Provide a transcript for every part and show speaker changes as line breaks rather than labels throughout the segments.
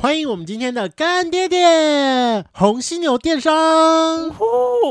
欢迎我们今天的干爹爹红犀牛电商。
哦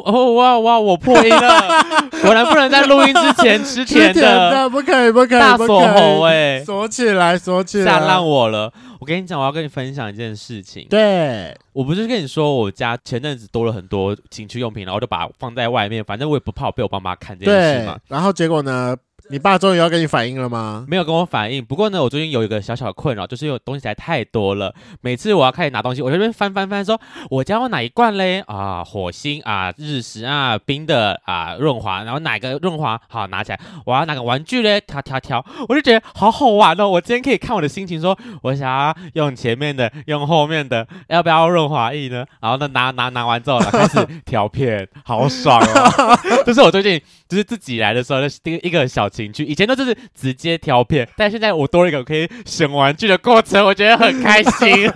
哦哇哇，我破音了，果然不能在录音之前吃
之
甜
前
的，
的不可以，不可以，
大
不
锁
可以
喉哎
锁起来，锁起来，
吓烂我了。我跟你讲，我要跟你分享一件事情。
对，
我不是跟你说，我家前阵子多了很多情趣用品，然后就把它放在外面，反正我也不怕我被我爸妈看见事
对
嘛。，
然后结果呢？你爸终于要跟你反应了吗？
没有跟我反映。不过呢，我最近有一个小小的困扰，就是因为我东西实在太多了。每次我要开始拿东西，我就在那边翻翻翻说，我家要哪一罐嘞？啊，火星啊，日食啊，冰的啊，润滑，然后哪个润滑好拿起来？我要哪个玩具嘞？挑挑挑，我就觉得好好玩哦。我今天可以看我的心情说，我想要用前面的，用后面的，要不要润滑液呢？然后呢，拿拿拿完之后呢，开始挑片，好爽哦！这是我最近就是自己来的时候的一个一个小情趣，以前都就是直接挑片，但现在我多了一个可以选玩具的过程，我觉得很开 心，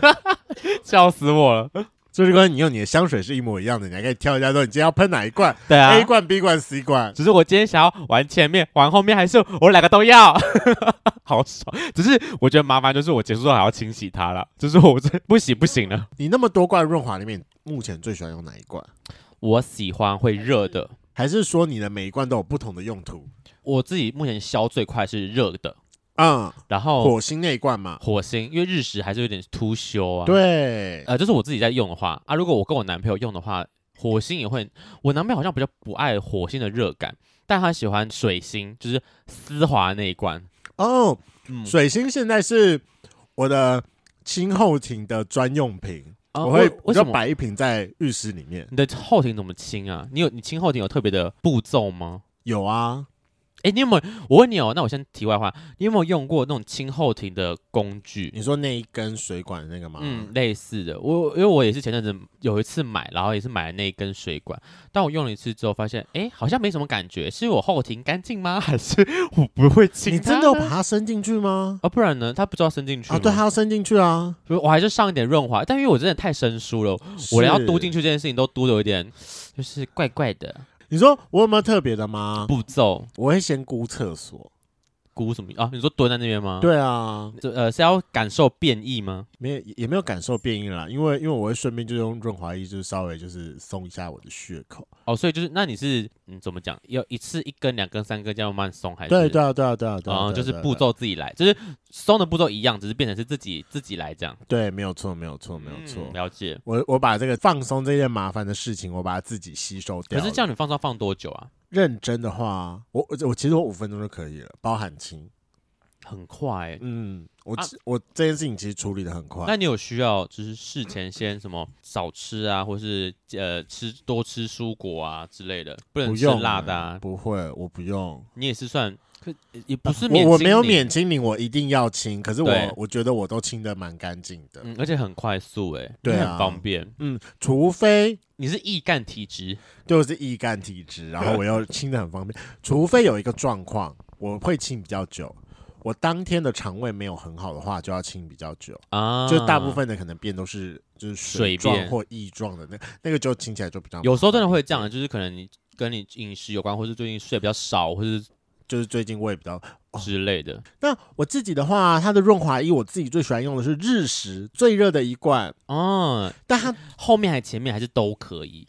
笑死我了。
就是跟你用你的香水是一模一样的，你还可以挑一下说你今天要喷哪一罐、
对啊
a 罐、B 罐、C 罐。
只是我今天想要玩前面，玩后面，还是我两个都要， 好爽。只是我觉得麻烦就是我结束之后还要清洗它了，就是我这不行不行了。
你那么多罐润滑里面，目前最喜欢用哪一罐？
我喜欢会热的，
还是说你的每一罐都有不同的用途？
我自己目前消最快是热的，
嗯，
然后
火星那一罐嘛，
火星，因为日食还是有点秃修啊。
对，
呃，就是我自己在用的话啊，如果我跟我男朋友用的话，火星也会。我男朋友好像比较不爱火星的热感，但他喜欢水星，就是丝滑那一关。
哦，
嗯，
水星现在是我的清后庭的专用瓶，
啊
我会
为
我
为
就
什么
摆一瓶在浴室里面。
你的后庭怎么清啊？你有你清后庭有特别的步骤吗？
有啊，
哎，你有没有？我问你哦，那我先题外话，你有没有用过那种清后庭的工具？
你说那一根水管那个吗？
嗯，类似的，我因为我也是前阵子有一次买，然后也是买了那一根水管，但我用了一次之后发现，哎，好像没什么感觉，是我后庭干净吗？ 还是我不会清
你
它
真
呢？
的有把它伸进去吗？
啊，不然呢？它不知道伸进去
啊，对，
吗
它要伸进去啊，
所以我还是上一点润滑，但因为我真的太生疏了，我连要嘟
去。
进去这件事情都嘟的有点， 就是怪怪的
你说我有没有特别的吗？
步骤，
我会先估厕所。
鼓什么啊？你说蹲在那边吗？，
对啊，
这呃是要感受变异吗？
没有也没有感受变异啦，因为因为我会顺便就用润滑液，就是稍微就是松一下我的血口。
哦，所以就是那你是嗯怎么讲？要一次一根、两根、三根这样慢慢松还是？
对对啊对啊对啊对啊，
啊、
对啊
就是
对啊
步骤自己来，就是松的步骤一样，只是变成是自己自己来这样。
对，没有错没有错没有错
嗯。了解。
我我把这个放松这件麻烦的事情，我把它自己吸收掉了。
可是这样你放松放多久啊？
认真的话，我我我其实我五分钟就可以了，包含清。
很快、欸，
嗯，我、
啊
我这件事情其实处理的很快
那。你有需要就是事前先什么少吃啊，或是呃吃多吃蔬果啊之类的，不能
不
吃
用
辣
欸
的啊。
不会，我不用。
你也是算，啊可也不是免
我我
清
没有
你
免，清零，我一定要清。可是我
对
我觉得我都清的蛮干净的。
嗯，而且很快速哎、欸，
对啊
很方便。
嗯，除非
你是易干体质，
就是易干体质，然后我又清的很方便。除非有一个状况，我会清比较久。我当天的肠胃没有很好的话，就要清比较久。
啊，
就大部分的可能便都是就是水
水
状
便
或异状的那那个就听起来就比较麻烦
有时候真的会这样，啊就是可能你跟你饮食有关，或是最近睡比较少，或是
就是最近胃比较。
之类的。
那我自己的话，它的润滑液我自己最喜欢用的是日食最热的一罐，
哦、
但它
后面还前面还是都可以，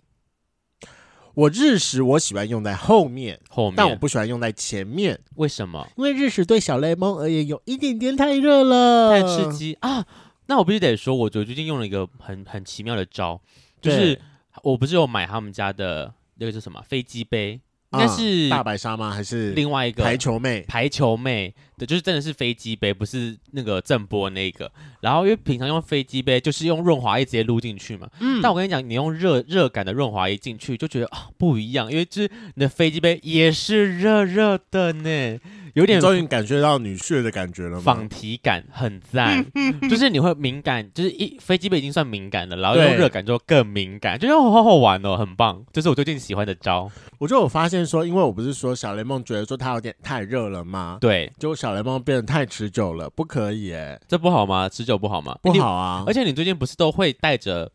我日食我喜欢用在后面，
后面
但我不喜欢用在前面，
为什么？
因为日食对小雷蒙而言有一点点太热了，
太吃。鸡啊！那我必须得说，我我最近用了一个很很奇妙的招，就
对
是我不是有买他们家的那个叫什么飞机杯，应该
啊
是
大白鲨吗？还是
另外一个
排球妹？
排球妹对，就是真的是飞机杯，不是那个正波那个。然后因为平常用飞机杯就是用润滑液直接撸进去嘛，
嗯
但我跟你讲，你用热热感的润滑液进去，就觉得啊不一样，因为就是你的飞机杯也是热热的呢，有点
你终于感觉到女婿的感觉了吗
仿？体感很 赞，就是你会敏感，就是一飞机杯已经算敏感了，然后
对
用热感就更敏感，就是好好玩哦，很棒，这是我最近喜欢的招。
我就有发现说，因为我不是说小雷蒙觉得说它有点太热了吗？
对，
结果小雷蒙变得太持久了，不可以哎、
这不好吗？持久不好吗？
不
你
好啊
而。且你最近不是都会带着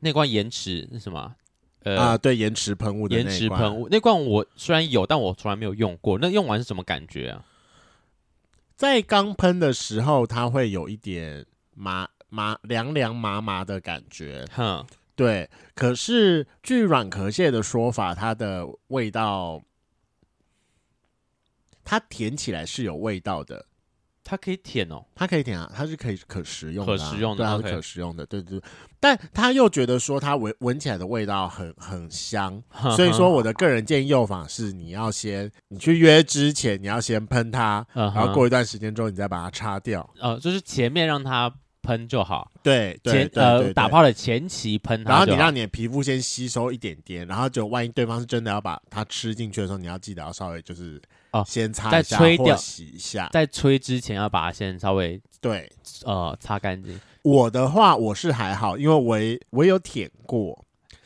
那罐延迟那什么啊呃、
啊，对，延迟喷雾的
延
那一
迟
罐
喷，雾那罐我虽然有，但我从来没有用过。那用完是什么感觉啊？
在刚喷的时候，它会有一点麻麻凉凉麻麻的感觉。
哼，
对，可是据软壳蟹的说法，它的味道，它甜起来是有味道的，
它可以舔哦，
它可以甜啊，它是可以可食用的啊、
可食用的
对啊，它
OK
是可食用的，对对对。但他又觉得说它闻闻起来的味道很很香， 所以说我的个人建议用法是，你要先你去约之前，你要先喷它，
然
然后过一段时间之后，你再把它擦掉。
嗯呃，就是前面让它喷就好，
对对
前
对
呃
对，
打
对
泡的前期喷它
然后
就
你
好，
让你的皮肤先吸收一点点，然后就万一对方是真的要把它吃进去的时候，你要记得要稍微就是
哦
先擦
再
一下
吹掉
或洗一下。
在吹之前要把它先稍微
对
呃擦干净，
我的话，我是还好，因为我也我有舔过，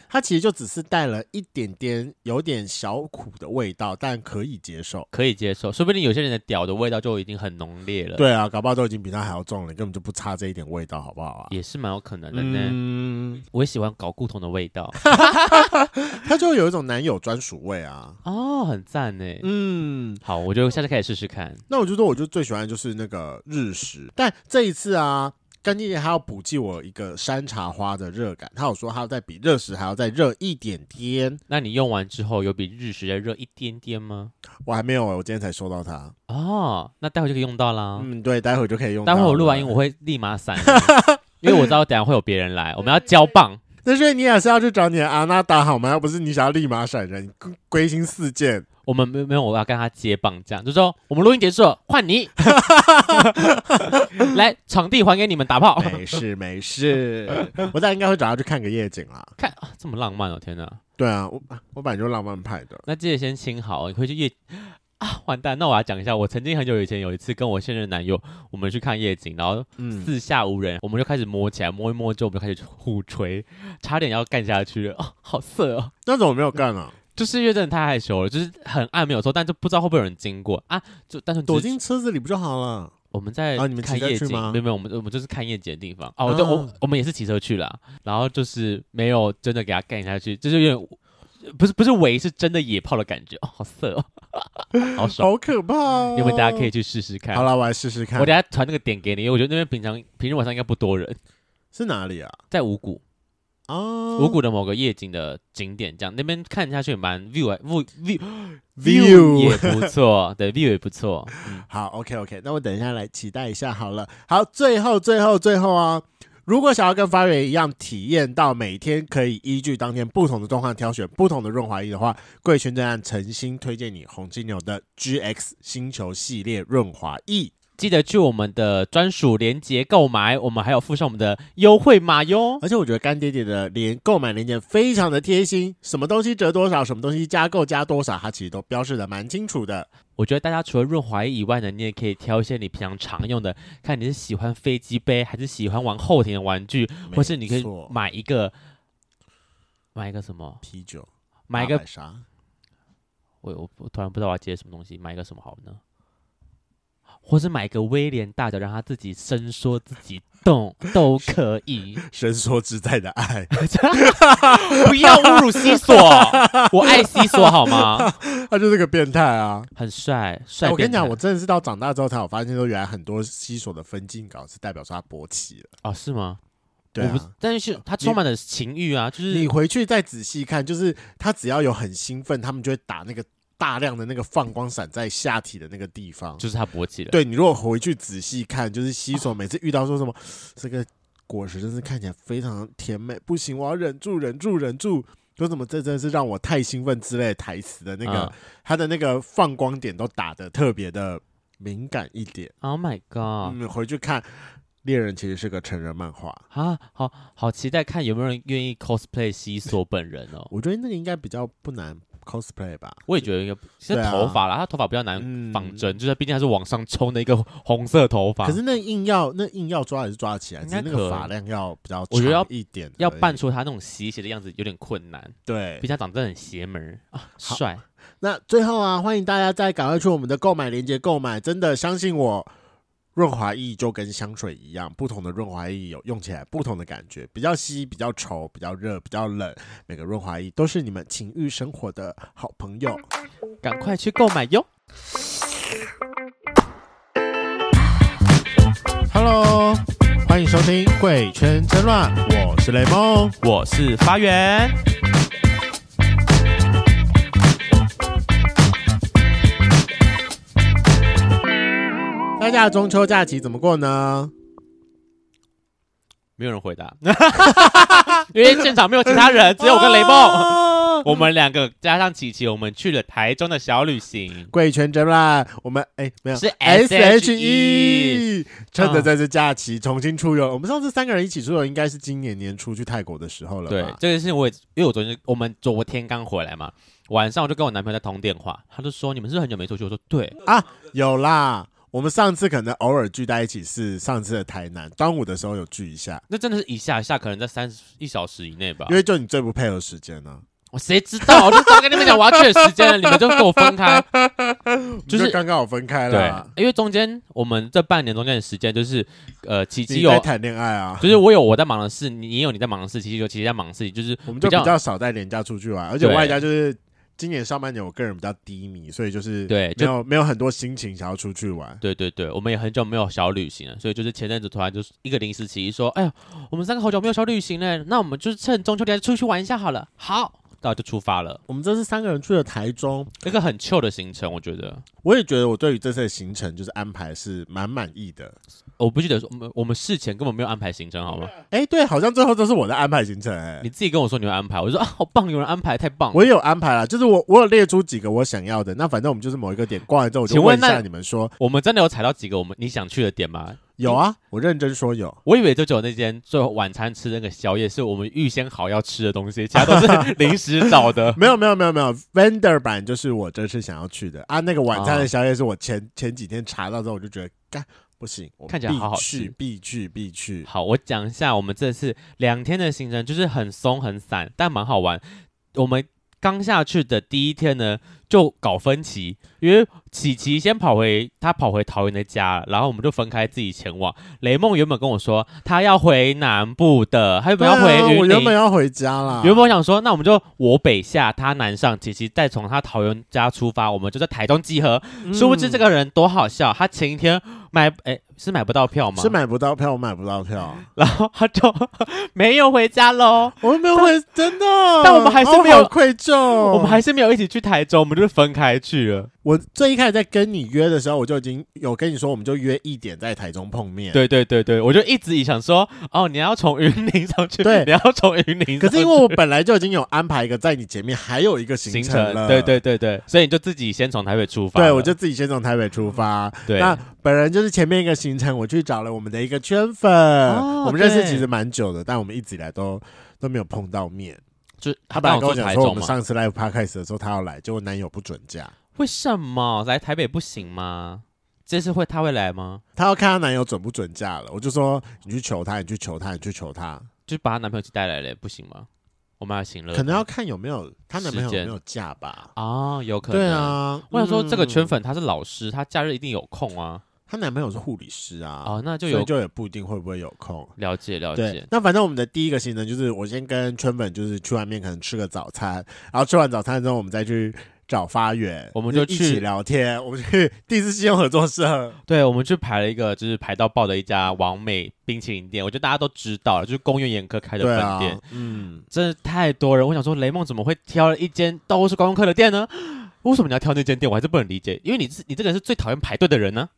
它其实就只是带了一点点有点小苦的味道，但可以接受。
可以接受。说不定有些人的屌的味道就已经很浓烈了，，
对啊，搞不好都已经比它还要重了，你根本就不差这一点味道，好不好啊？
也是蛮有可能的呢。
嗯，
我也喜欢搞固酮的 味道
它就有一种男友专属味啊。
哦，很赞呢。
嗯，
好，我就下次开始试试看。
那我就说，我就最喜欢的就是那个日食，但这一次啊，干爹还要补记我一个山茶花的热感，他有说他要再比热食还要再热一点点，
那你用完之后有比日食再热一点点吗？
我还没有、我今天才收到它。
哦，那待会就可以用到啦。
嗯，对，待会就可以用到
待
了。
会我录完音我会立马闪人，因为我知道等下会有别人来，我们要交棒。
但是你也是要去找你的阿娜达好吗？要不是你想要立马闪人，归归心似箭。
我们没有没有，我要跟他接棒，这样就说我们录音结束了，换你，来场地还给你们打炮，
没事没事，我大概应该会找他去看个夜景啦。
看、啊、这么浪漫哦，天哪！
对啊，我我本来就浪漫派的。
那记得先清好，你会去夜啊，完蛋！那我要讲一下，我曾经很久以前有一次跟我现任男友，我们去看夜景，然后
嗯，
四下无人，我们就开始摸起来，摸一摸之后我们就开始互吹，差点要干下去了，哦，好色哦！
那怎么没有干啊？
就是因为真的太害羞了，就是很暗没有错，但就不知道会不会有人经过啊，就但 是
躲进车子里不就好了？
我们在
啊你们
看
骑车
夜
去
景，
吗
没有没有，我们我们就是看夜景的地方哦，对，
啊
我我们也是骑车去了，然后就是没有真的给他干下去，就是有点不是不是围，是真的野炮的感觉哦，好色哦， 好爽，
好可怕、哦！
因为大家可以去试试看
好。了，我来试试看。
我等下传那个点给你，因为我觉得那边平常平日晚上应该不多人，
是哪里啊？
在五谷
啊，
五谷的某个夜景的景点，这样那边看下去也蛮 view view view
View
也不错，对 view 也不错，嗯，
好，OK OK，那我等一下来期待一下好了。好，最后最后最后啊，如果想要跟发源一样体验到每天可以依据当天不同的状况挑选不同的润滑液的话，贵圈正案诚心推荐你红金牛的 GX 星球系列润滑液。
记得去我们的专属链接购买，我们还有附上我们的优惠码哟。
而且我觉得干爹爹的连购买链接非常的贴心，什么东西折多少，什么东西加购加多少，它其实都标示的蛮清楚的。
我觉得大家除了润滑液以外呢，你也可以挑一些你平常常用的，看你是喜欢飞机杯，还是喜欢玩后庭的玩具，或是你可
没
以
错
买一个买一个什么，
啤酒，
买一
大
个
白鲨。
我我我突然不知道我要接什么东西，买一个什么好呢？或是买一个威廉大脚，让它自己伸缩、自己 动都可以。
伸缩自在的爱，
不要侮辱西索，我爱西索好吗？
他就是个变态啊！
很帅，帅、
哎我跟你讲，我
变态
真的是到长大之后才有发现，说原来很多西索的分镜稿是代表说他勃起了。
哦是吗？
对
我不
啊，，
但是它充满了情欲啊，就是
你回去再仔细看，就是他只要有很兴奋，他们就会打那个大量的那个放光闪在下体的那个地方。
就是他勃起了。
对你如果回去仔细看，就是
啊
西索每次遇到说什么这个果实真是看起来非常甜美，不行，我要忍住，忍住，忍住。说什么这真的是让我太兴奋之类的台词的那个，
嗯
他的那个放光点都打的特别的敏感一点。
，Oh my god！、
嗯，回去看《猎人》其实是个成人漫画，
啊，好好期待看有没有人愿意 cosplay 西索本人 哦。
我觉得那个应该比较不难 cosplay 吧。
我也觉得应该是
对啊
头发啦，他头发比较难
嗯
仿真，就是毕竟他是往上冲的一个红色头发，
可是那硬要那硬要抓也是抓得起来，
应
只
该
是那
可
个
以
发量要比较
我觉得要
长一点而已，
要扮出他那种邪邪的样子有点困难，
对
毕。竟他长得很邪门儿啊，
好
帅。
那最后啊，欢迎大家再赶快去我们的购买链接购买，真的相信我。润滑液就跟香水一样，不同的润滑液有用起来不同的感觉，比较稀、比较稠、比较热、比较冷，每个润滑液都是你们情欲生活的好朋友。
赶快去购买哟！
Hello，欢迎收听《贵圈争乱》，我是雷梦。
我是发源。
大家的中秋假期怎么过呢？
没有人回答， 因为现场没有其他人，只有我跟雷梦。
梦。
我们两个加上琪琪，我们去了台中的小旅行。
贵圈争乱，我们哎、没有
是
SHE，趁着
嗯
这次假期重新出游。我们上次三个人一起出游，应该是今年年初去泰国的时候了吧？
对，这个事情我也，因为我昨天我们昨天刚回来嘛，晚上我就跟我男朋友在通电话，他就说你们是不是很久没出去，我说对，
啊，有啦。我们上次可能偶尔聚在一起是上次的台南端午的时候有聚一下，
那真的是一下一下，可能在三十一小时以内吧
因。为就你最不配合时间啊呢、
我谁知道？我就早跟你们讲我要去的时间了，你们就跟我 分开。
就
就
是是刚刚好分开
对
了，。
因为中间我们这半年中间的时间，就是呃，琪琪
你
有
在谈恋爱啊，
就是我有我在忙的事，你你有你在忙的事，琪琪有琪琪在忙的事情，就是
我们就
比较
比较少带廉价出去玩，而且
对
外加就是今年上半年我个人比较低迷，所以就是
对
没
就
有没有很多心情想要出去玩。
对对对，我们也很久没有小旅行了，所以就是前阵子突然就是一个临时起意说，哎呀，我们三个好久没有小旅行了，那我们就是趁中秋节出去玩一下好了。好，然后就出发了，
我们这次三个人去了台中，
一个很 chill 的行程，我觉得。
我也觉得我对于这次的行程就是安排是蛮满意的。
我不记得说我们我们事前根本没有安排行程，好吗？
哎，对，好像最后都是我在安排行程、哎
你，自己跟我说你会安排，我就说啊，好棒，有人安排，太棒
我
了。
也有安排啦，就是我我有列出几个我想要的。那反正我们就是某一个点逛完之后，我就
请问
问一下
那
你们说
我们真的有踩到几个我们你想去的点吗？
有啊，我认真说有。
我以为就只有那间做晚餐吃那个宵夜是我们预先好要吃的东西，其他都是 临时找的。
没有没有没有没有，vendor 版就是我这次想要去的啊。那个晚餐
哦
的宵夜是我前前几天查到之后，我就觉得干不行，我
看起来
必
好好
去
吃
必去必去。
好，我讲一下我们这次两天的行程，就是很松很散，但蛮好玩。我们刚下去的第一天呢，就搞分歧，因为琪琪先跑回他跑回桃园的家，然后我们就分开自己前往。雷梦原本跟我说他要回南部的，他原
对
本要
啊，
回
我
云
原
林
本。要回家啦，
原本我想说，那我们就我北下，他南上，琪琪再从他桃园家出发，我们就在台中集合。
嗯
殊不知这个人多好笑，他前一天买，哎，是买不到票吗？
是买不到票，我买不到票，
然后他就 没有回家喽。
我们没有回，真的。
但我们还是没有
哦好愧疚，
我们还是没有一起去台中，我们就是分开去了。
我最一开始在跟你约的时候，我就已经有跟你说，我们就约一点在台中碰面。。
对对对对，我就一直以想说，哦，你要从云林上去，
对
你要从云林上去。
可是因为我本来就已经有安排一个在你前面还有一个
行
程
程，
了，
对对对对，所以你就自己先从台北出发了。
对，我就自己先从台北出发，
对
那本人就是前面一个行程，我去找了我们的一个圈粉，
哦
我们认识
对
其实蛮久的，但我们一直以来都都没有碰到面。
就
他本来
帮我
跟我
做
讲
台
说，我
中
们
嘛。
上次 live podcast 的时候他要来，结果男友不准假，
为什么来台北不行吗？这次会他会来吗？
她要看她男友准不准假了。我就说你去求他，你去求他，你去求他，
就把她男朋友一起带来了，不行吗？我们要行了，
可能要看有没有她男朋友
呃时间
有没有假吧。
啊、有可能。
对，啊，
我想说这个圈
嗯，
粉他是老师，他假日一定有空啊。
她男朋友是护理师啊，
哦，那就
所
有
以就也不一定会不会有空。
了解了
对
解，，
那反正我们的第一个行程就是我先跟圈粉就是去外面可能吃个早餐，然后吃完早餐之后我们再去找发源，
我们就
一
去
起聊天，我们去第一次信用合作社，
对，我们去排了一个，就是排到爆的一家完美冰淇淋店，我觉得大家都知道了，就是公园眼科开的
对
分
啊
店，，
嗯，
真的太多人。我想说，雷梦怎么会挑了一间都是观光客的店呢？为什么你要挑那间店？我还是不能理解，因为你是你这个人是最讨厌排队的人呢、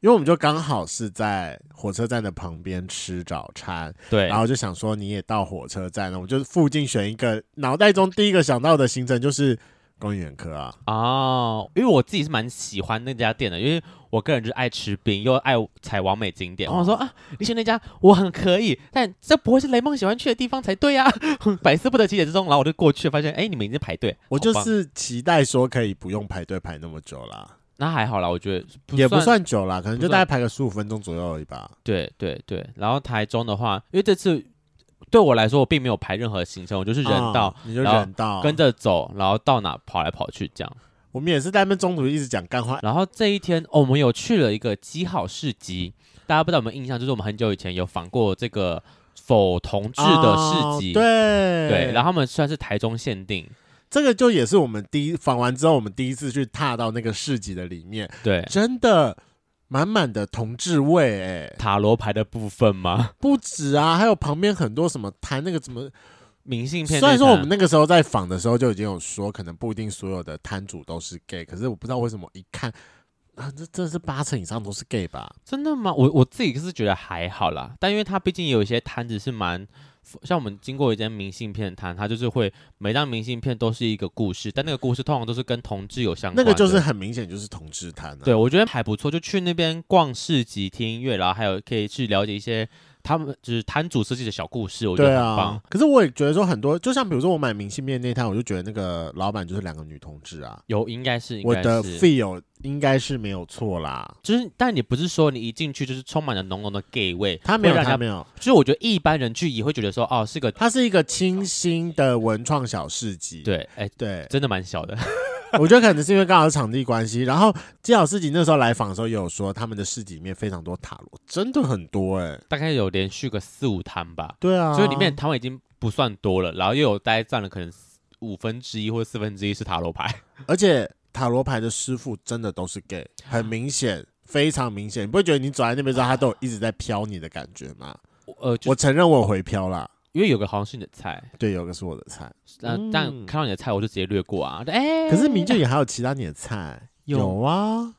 因为我们就刚好是在火车站的旁边吃早餐，
对，
然后就想说你也到火车站了，我就附近选一个，脑袋中第一个想到的行程就是公园科啊，
哦，因为我自己是蛮喜欢那家店的，因为我个人就是爱吃冰，又爱踩完美景点。
哦
我想说啊，你选那家我很可以，但这不会是雷梦喜欢去的地方才对啊， 百思不得其解之中，然后我就过去，发现哎，你们已经排队，
我就
好棒
是期待说可以不用排队排那么久啦，
那还好啦，我觉得
也不算久啦，可能
不
就大
算
概排个十五分钟左右而已吧。
对对对。然后台中的话，因为这次对我来说，我并没有排任何行程，我就是人到、
啊你就
然后
人到，
跟着走，然后到哪跑来跑去这样。
我们也是在那边中途一直讲干话，
然后这一天、哦我们有去了一个基号市集，大家不知道有没有印象，就是我们很久以前有访过这个否同志的市集，
哦对
对然
后
后他们算是台中限定，
这个就也是我们第一访完之后，我们第一次去踏到那个市集的里面，
对，
真的满满的同志味、哎，
塔罗牌的部分吗？
不止啊，还有旁边很多什么谈那个怎么
明信片那
虽然
种。
说我们那个时候在访的时候就已经有说，可能不一定所有的摊主都是 gay，可是我不知道为什么一看啊，这真的是八成以上都是 gay 吧？
真的吗？我我自己是觉得还好啦，但因为它毕竟有一些摊子是蛮，像我们经过一间明信片摊，它就是会每张明信片都是一个故事，但那个故事通常都是跟同志有相
那
关的。
个就是很明显就是同志摊、啊，
对，我觉得还不错，就去那边逛市集、听音乐，然后还有可以去了解一些他们就是摊主设计的小故事，我觉得
对
很
啊
棒。。
可是我也觉得说很多，就像比如说我买明信片那摊，我就觉得那个老板就是两个女同志啊，
有应该是应
我
该
的
是，
feel 应该是没有错啦。
就是但你不是说你一进去就是充满了浓浓的 gay 味，
他没有，
会让
他
人
没
家，
有，
就是我觉得一般人去也会觉得说哦是个
它是一个清新的文创小市集。
对，哎、
对，
真的蛮小的。
我觉得可能是因为刚好是场地关系。然后基佬市集那时候来访的时候也有说，他们的市集里面非常多塔罗，真的很多哎、
大概有连续个四五摊吧，
对啊，
所以里面摊位已经不算多了，然后又有大概占了可能四五分之一或四分之一是塔罗牌，
而且塔罗牌的师傅真的都是 gay，很明显。非常明显，你不会觉得你走在那边之后，他都有一直在飘你的感觉吗？
呃，就
我承认我有回飘啦，
因为有个好像是你的菜，
对，有个是我的菜，
那、
嗯
但看到你的菜我就直接略过啊，就哎、
可是明就也还有其他你的菜，
有
有啊，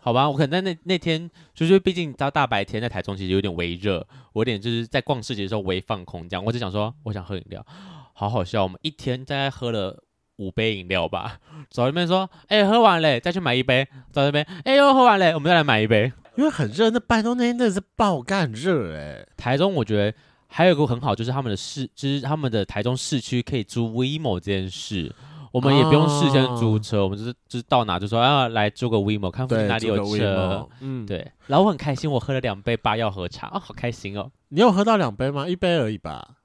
好吧，我可能在那那天就是毕竟到大白天在台中其实有点微热，我有点就是在逛市集的时候微放空这样，我只想说我想喝饮料，好好笑，我们一天大概喝了。五杯饮料吧，走到那边说，哎、喝完嘞，再去买一杯。走到那边，哎、呦，喝完嘞，我们再来买一杯。
因为很热，那拜托那天真的是爆干热哎，
台中我觉得还有一个很好，就是他们的市，就是他们的台中市区可以租 WeMo 这件事。我们也不用事先租车，我们就是就是到哪就说啊，来租个 WeMo，看附
哦
近
对，
哪里有
这个味
车
道。，嗯，
对，然后我很开心，我喝了两杯八药和茶，哦，好开心哦！
你有喝到两杯吗？一杯而已吧，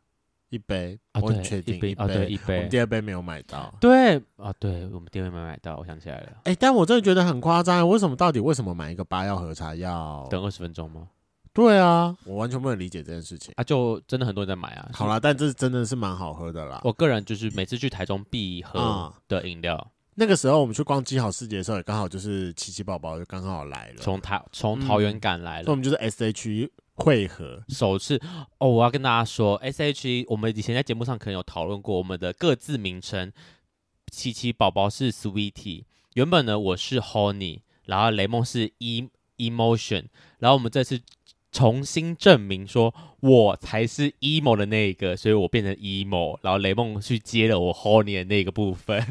一杯，
啊，
我很
对
确，定
一杯，啊，对，一
我
杯
们，第二杯没有买到。
对，啊，对，我们店位没买到，我想起来了，
哎、但我真的觉得很夸张，为什么到底为什么买一个八药和茶要？
等二十分钟吗？
对啊，我完全不能理解这件事情。
啊，就真的很多人在买啊。
好，啦，但这真的是蛮好喝的啦。
我个人就是每次去台中必喝
啊
的饮料，
那个时候我们去逛基好世界的时候，也刚好就是七七宝宝就刚好来了，所
从台从
嗯
桃园赶来
以
了
我。们就是 S H 汇合。
首次哦，我要跟大家说，S H E，我们以前在节目上可能有讨论过我们的各自名称。琪琪宝宝是 Sweetie，原本呢我是 Honey，然后雷梦是 E Emotion，然后我们这次重新证明说我才是 emo 的那一个，所以我变成 emo，然后雷梦去接了我 Honey 的那个部分，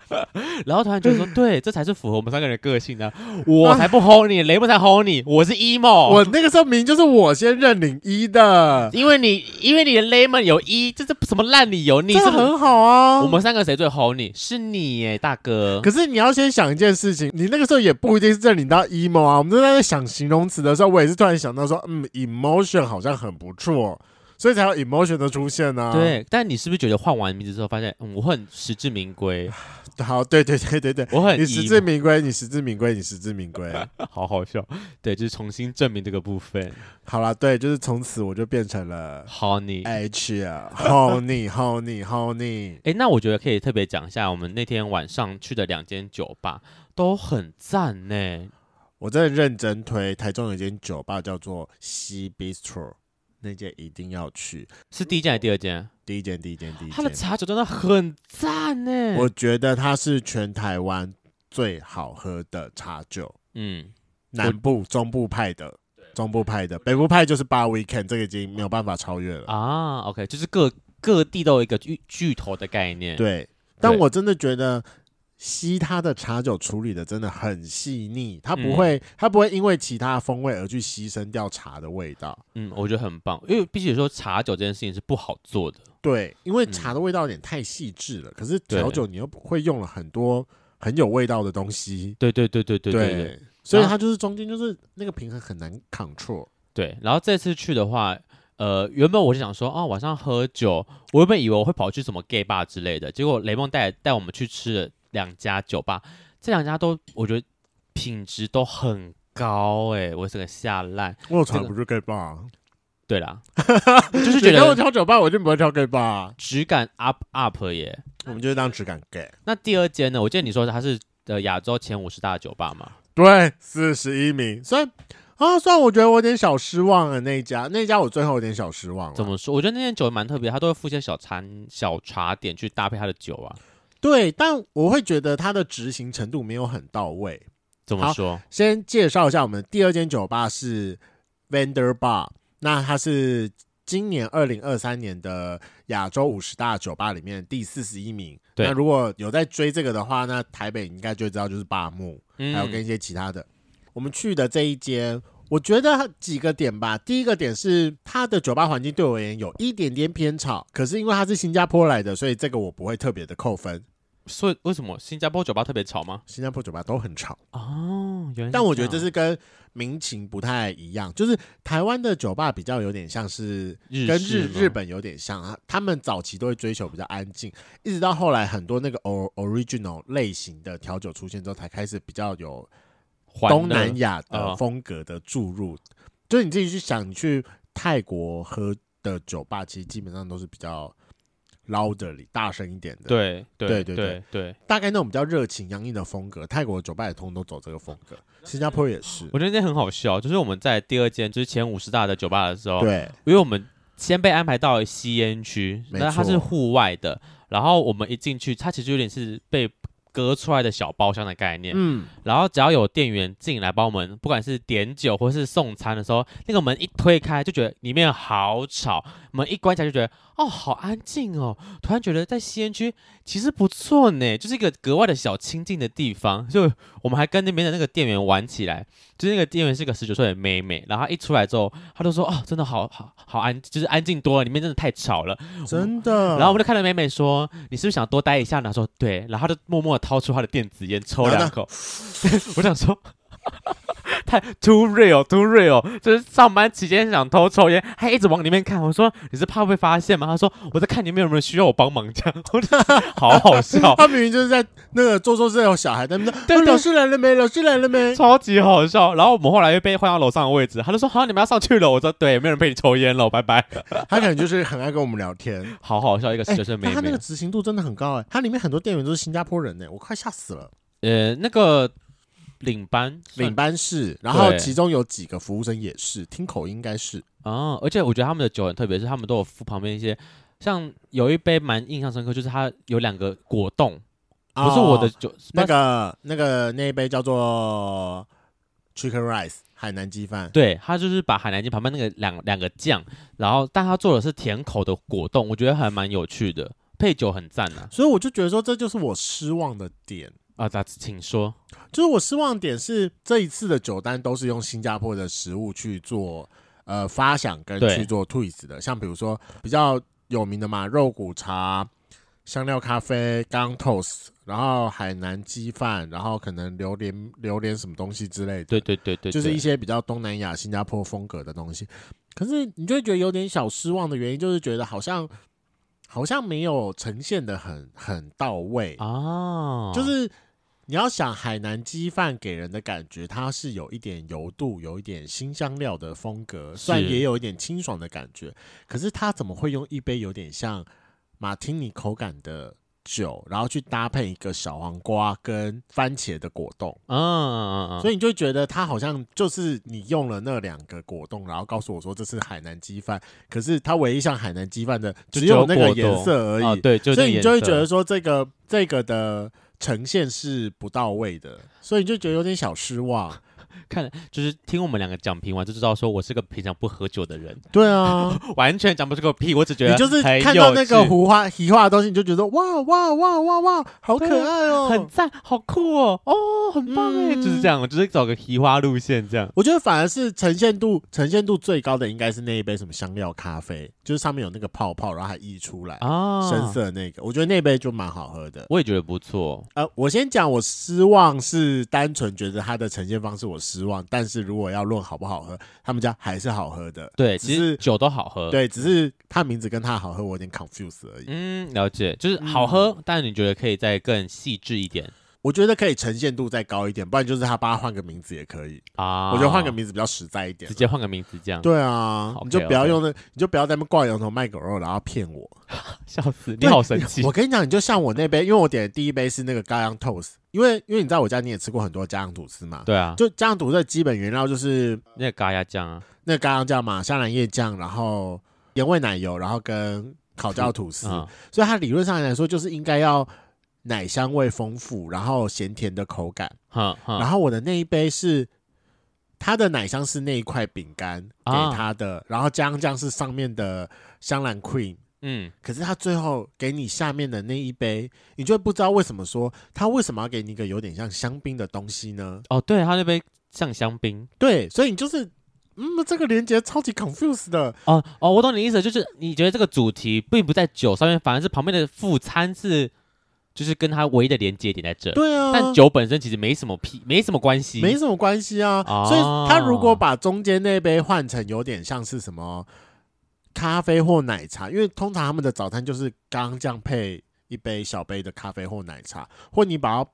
然后突然觉得说，对，这才是符合我们三个人的个性的、我才不 Honey，雷梦才 Honey，我是 emo，
我那个时候明明就是我先认领一的，
因为你因为你的 lemon 有一，这是什么烂理由？你
这
是不是
很好啊。
我们三个谁最吼你？是你耶，大哥。
可是你要先想一件事情，你那个时候也不一定是认领到 emo 啊。我们正在想形容词的时候，我也是突然想到说，嗯，emotion 好像很不错，所以才有 emotion 的出现呢、啊。，
对，但你是不是觉得换完名字之后发现，嗯，我很实至 名归，
好，对对对对对，
我很
你实至
emo
名归，你实至名归，你实至名归。
好好笑。对，就是重新证明这个部分。
好啦，对，就是从此我就变成了
好你，哎、
H 啊，honey honey honey。
那我觉得可以特别讲一下，我们那天晚上去的两间酒吧都很赞呢。
我真的认真推，台中有一间酒吧叫做西 Bistro，那间一定要去。
是第一间还是第二间？
第一间，第一间，第一
它的
间。
茶酒真的很赞呢。
我觉得它是全台湾最好喝的茶酒，
嗯，
南部、中部派的，中部派的，北部派就是八 weekend，这个已经没有办法超越了。
啊，OK，就是各各地都有一个巨巨头的概念。
对，但我真的觉得西它的茶酒处理的真的很细腻，它不
嗯
会，它不会因为其他风味而去牺牲掉茶的味道。
嗯，我觉得很棒，因为必须说茶酒这件事情是不好做的。
对，因为
嗯
茶的味道有点太细致了，可是
对
调酒你又会用了很多很有味道的东西，
对对对对对对对
对所以
然后
它就是中间就是那个平衡很难 control。
对。然后这次去的话，呃，原本我就想说，哦，晚上喝酒，我原本以为我会跑去什么 gay bar 之类的，结果雷梦带带我们去吃了两家酒吧，这两家都我觉得品质都很高、欸，我整个吓烂。
我有
这
茶
个
不是 gay bar，
对 啦，就是觉
你让我
得
挑酒吧，我就不会挑 gay bar，
质感 up up 耶。
我们就是当质感 gay。
那第二间呢？我记得你说它是呃亚洲前五十大的酒吧嘛？
对，四十一名。所以啊，虽然我觉得我有点小失望啊，那一家那一家我最后有点小失望
怎
了。
么说？我觉得那间酒蛮特别，它都会附一些小餐、小茶点去搭配它的酒啊。
对，但我会觉得它的执行程度没有很到位。
怎么说？
先介绍一下，我们第二间酒吧是 Vendor Bar，那它是今年二零二三年的亚洲五十大酒吧里面第四十一名。
对
那如果有在追这个的话，那台北应该就知道就是八木，
嗯
还有跟一些其他的。我们去的这一间，我觉得几个点吧。第一个点是它的酒吧环境对我而言有一点点偏吵，可是因为它是新加坡来的，所以这个我不会特别的扣分。
所以为什么新加坡酒吧特别吵吗？
新加坡酒吧都很吵。
哦，原来。
但我觉得这
是
是跟民情不太一样，就是台湾的酒吧比较有点像是
样
跟
式
日
吗
日本有点像啊，他们早期都会追求比较安静，一直到后来很多那个 o original 类型的调酒出现之后，才开始比较有
欢乐
东南亚的
哦
风格的注入。就是你自己去想，你去泰国喝的酒吧，其实基本上都是比较 louderly 大声一点的，，
对对
对对
对对，
大概那种比较热情洋溢的风格。泰国的酒吧也通通都走这个风格，新加坡也是，
我觉得这很好笑，就是我们在第二间，就是前五十大的酒吧的时候，
对。
因为我们先被安排到吸烟区，
没
那它
错
是户外的，然后我们一进去，它其实有点是被隔出来的小包厢的概念，
嗯，
然后只要有店员进来帮我们，不管是点酒或是送餐的时候，那个门一推开就觉得里面好吵，门一关起来就觉得哦好安静哦，突然觉得在吸烟区其实不错呢，就是一个格外的小清静的地方。就我们还跟那边的那个店员玩起来，就是那个店员是个十九岁的妹妹，然后她一出来之后，她就说哦真的好好好安，就是安静多了，里面真的太吵了。
真的。
然后我们就看到美美说：“你是不是想多待一下呢？”她说：“对。”然后她就默默地掏出她的电子烟，抽
然后
两
呢
口。 我想说， 太 too real too real，就是上班期间想偷抽烟，还一直往里面看。我说：“你是怕被发现吗？”她说：“我在看你们有没有需要我帮忙。”这样，我就 好好笑，
他明明就是在那个做做这有小孩在那边说，
对
哦
对
老师来了没？老师来了没？
超级好笑。然后我们后来又被换到楼上的位置，她就说：“好，你们要上去了。”我说：“对，没有人陪你抽烟了，拜拜。
他可能就是很爱跟我们聊天”。
好好笑，一个十
哎
九岁的
但
妹
他那
妹
个。执行度真的很高哎、它里面很多店员都是新加坡人呢、哎我快吓死了。
呃，那个领班算
领班是，然后
对
其中有几个服务生也是，听口音应该是
哦，而且我觉得他们的酒很特别，是他们都有附旁边一些，像有一杯蛮印象深刻，就是它有两个果冻，不是我的
哦
酒，是
那个那个那一杯叫做 chicken rice 海南鸡饭，
对，它就是把海南鸡旁边那个两两个酱，然后但它做的是甜口的果冻，我觉得还蛮有趣的，配酒很赞啊呐、
所以我就觉得说这就是我失望的点。
啊。啊，请说。
就是我失望的点是这一次的酒单都是用新加坡的食物去做呃发想跟
对
去做 twist 的，像比如说比较有名的嘛，肉骨茶、香料咖啡、刚 toast，然后海南鸡饭，然后可能榴莲榴莲什么东西之类的，
对对对对
就是
对
一些比较东南亚、新加坡风格的东西。可是你就会觉得有点小失望的原因，就是觉得好像好像没有呈现的很很到位
啊，
就是你要想海南鸡饭给人的感觉，它是有一点油度，有一点新香料的风格，虽然
是
也有一点清爽的感觉，可是它怎么会用一杯有点像马汀尼口感的酒，然后去搭配一个小黄瓜跟番茄的果冻？
嗯嗯嗯，
所
以
以你就会觉得它好像就是你用了那两个果冻，然后告诉我说这是海南鸡饭，可是它唯一像海南鸡饭的
就
只有
只
那
有
个
果冻
颜色而已。
啊对，就
所以
那
你就会
颜
觉
色
得说这个这个的呈现是不到位的，所以你就觉得有点小失 望。
看，就是听我们两个讲评完就知道，说我是个平常不喝酒的人，
对啊，
完全讲不出个屁，我只觉得
你就是
很
看到
啊有
那个
趣
胡花提花的东西，你就觉得哇哇哇哇哇，好可爱哦、
很赞，好酷哦，哦，很棒哎、
嗯
就是这样，就是走个提花路线这样。
我觉得反而是呈现度呈现度最高的应该是那一杯什么香料咖啡，就是上面有那个泡泡，然后还溢出来。
啊
深，色那个，我觉得那杯就蛮好喝的。
我也觉得不错。
呃，我先讲，我失望是单纯觉得它的呈现方式我失望，但是如果要论好不好喝，他们家还是好喝的。
对，
只
其实
是
酒都好喝。，
对，只是它名字跟它好喝，
嗯
我有点 confuse 而已。嗯
嗯，了解，就是好喝，但你觉得可以再更细致一点。
我觉得可以呈现度再高一点，不然就是他帮他换个名字也可以。
啊，
我觉得换个名字比较实在一点
直。接换个名字这样，
对啊，
OK，
你就不要用那，你就不要在那边挂羊头卖狗肉，然后骗我。
笑死，你
对
好神奇
我跟你讲，你就像我那杯，因为我点的第一杯是那个高粱 toast，因为因为你在我家你也吃过很多家常吐司嘛，
对啊，
就家常吐司的基本原料就是
那个嘎呀酱啊，
那个高粱酱嘛，香兰叶酱，然后盐味奶油，然后跟烤焦吐司，
嗯，
所以它理论上来说就是应该要奶香味丰富，然后咸甜的口感。
哼
然
哼，
后我的那一杯是它的奶香是那一块饼干给
啊
它的，然后姜酱是上面的香兰 cream。
嗯，
可是它最后给你下面的那一杯，你就会不知道为什么说它为什么要给你一个有点像香槟的东西呢？
哦，对，他那杯像香槟，
对，所以你就是嗯，这个连接超级 confused 的，
哦哦，我懂你的意思，就是你觉得这个主题并不在酒上面，反而是旁边的副餐是，就是跟它唯一的连接点在这。
对啊，
但酒本身其实没什么屁，没什么关系。
没什么关系啊。
哦
所以他如果把中间那杯换成有点像是什么咖啡或奶茶，因为通常他们的早餐就是刚刚这样配一杯小杯的咖啡或奶茶，或你把它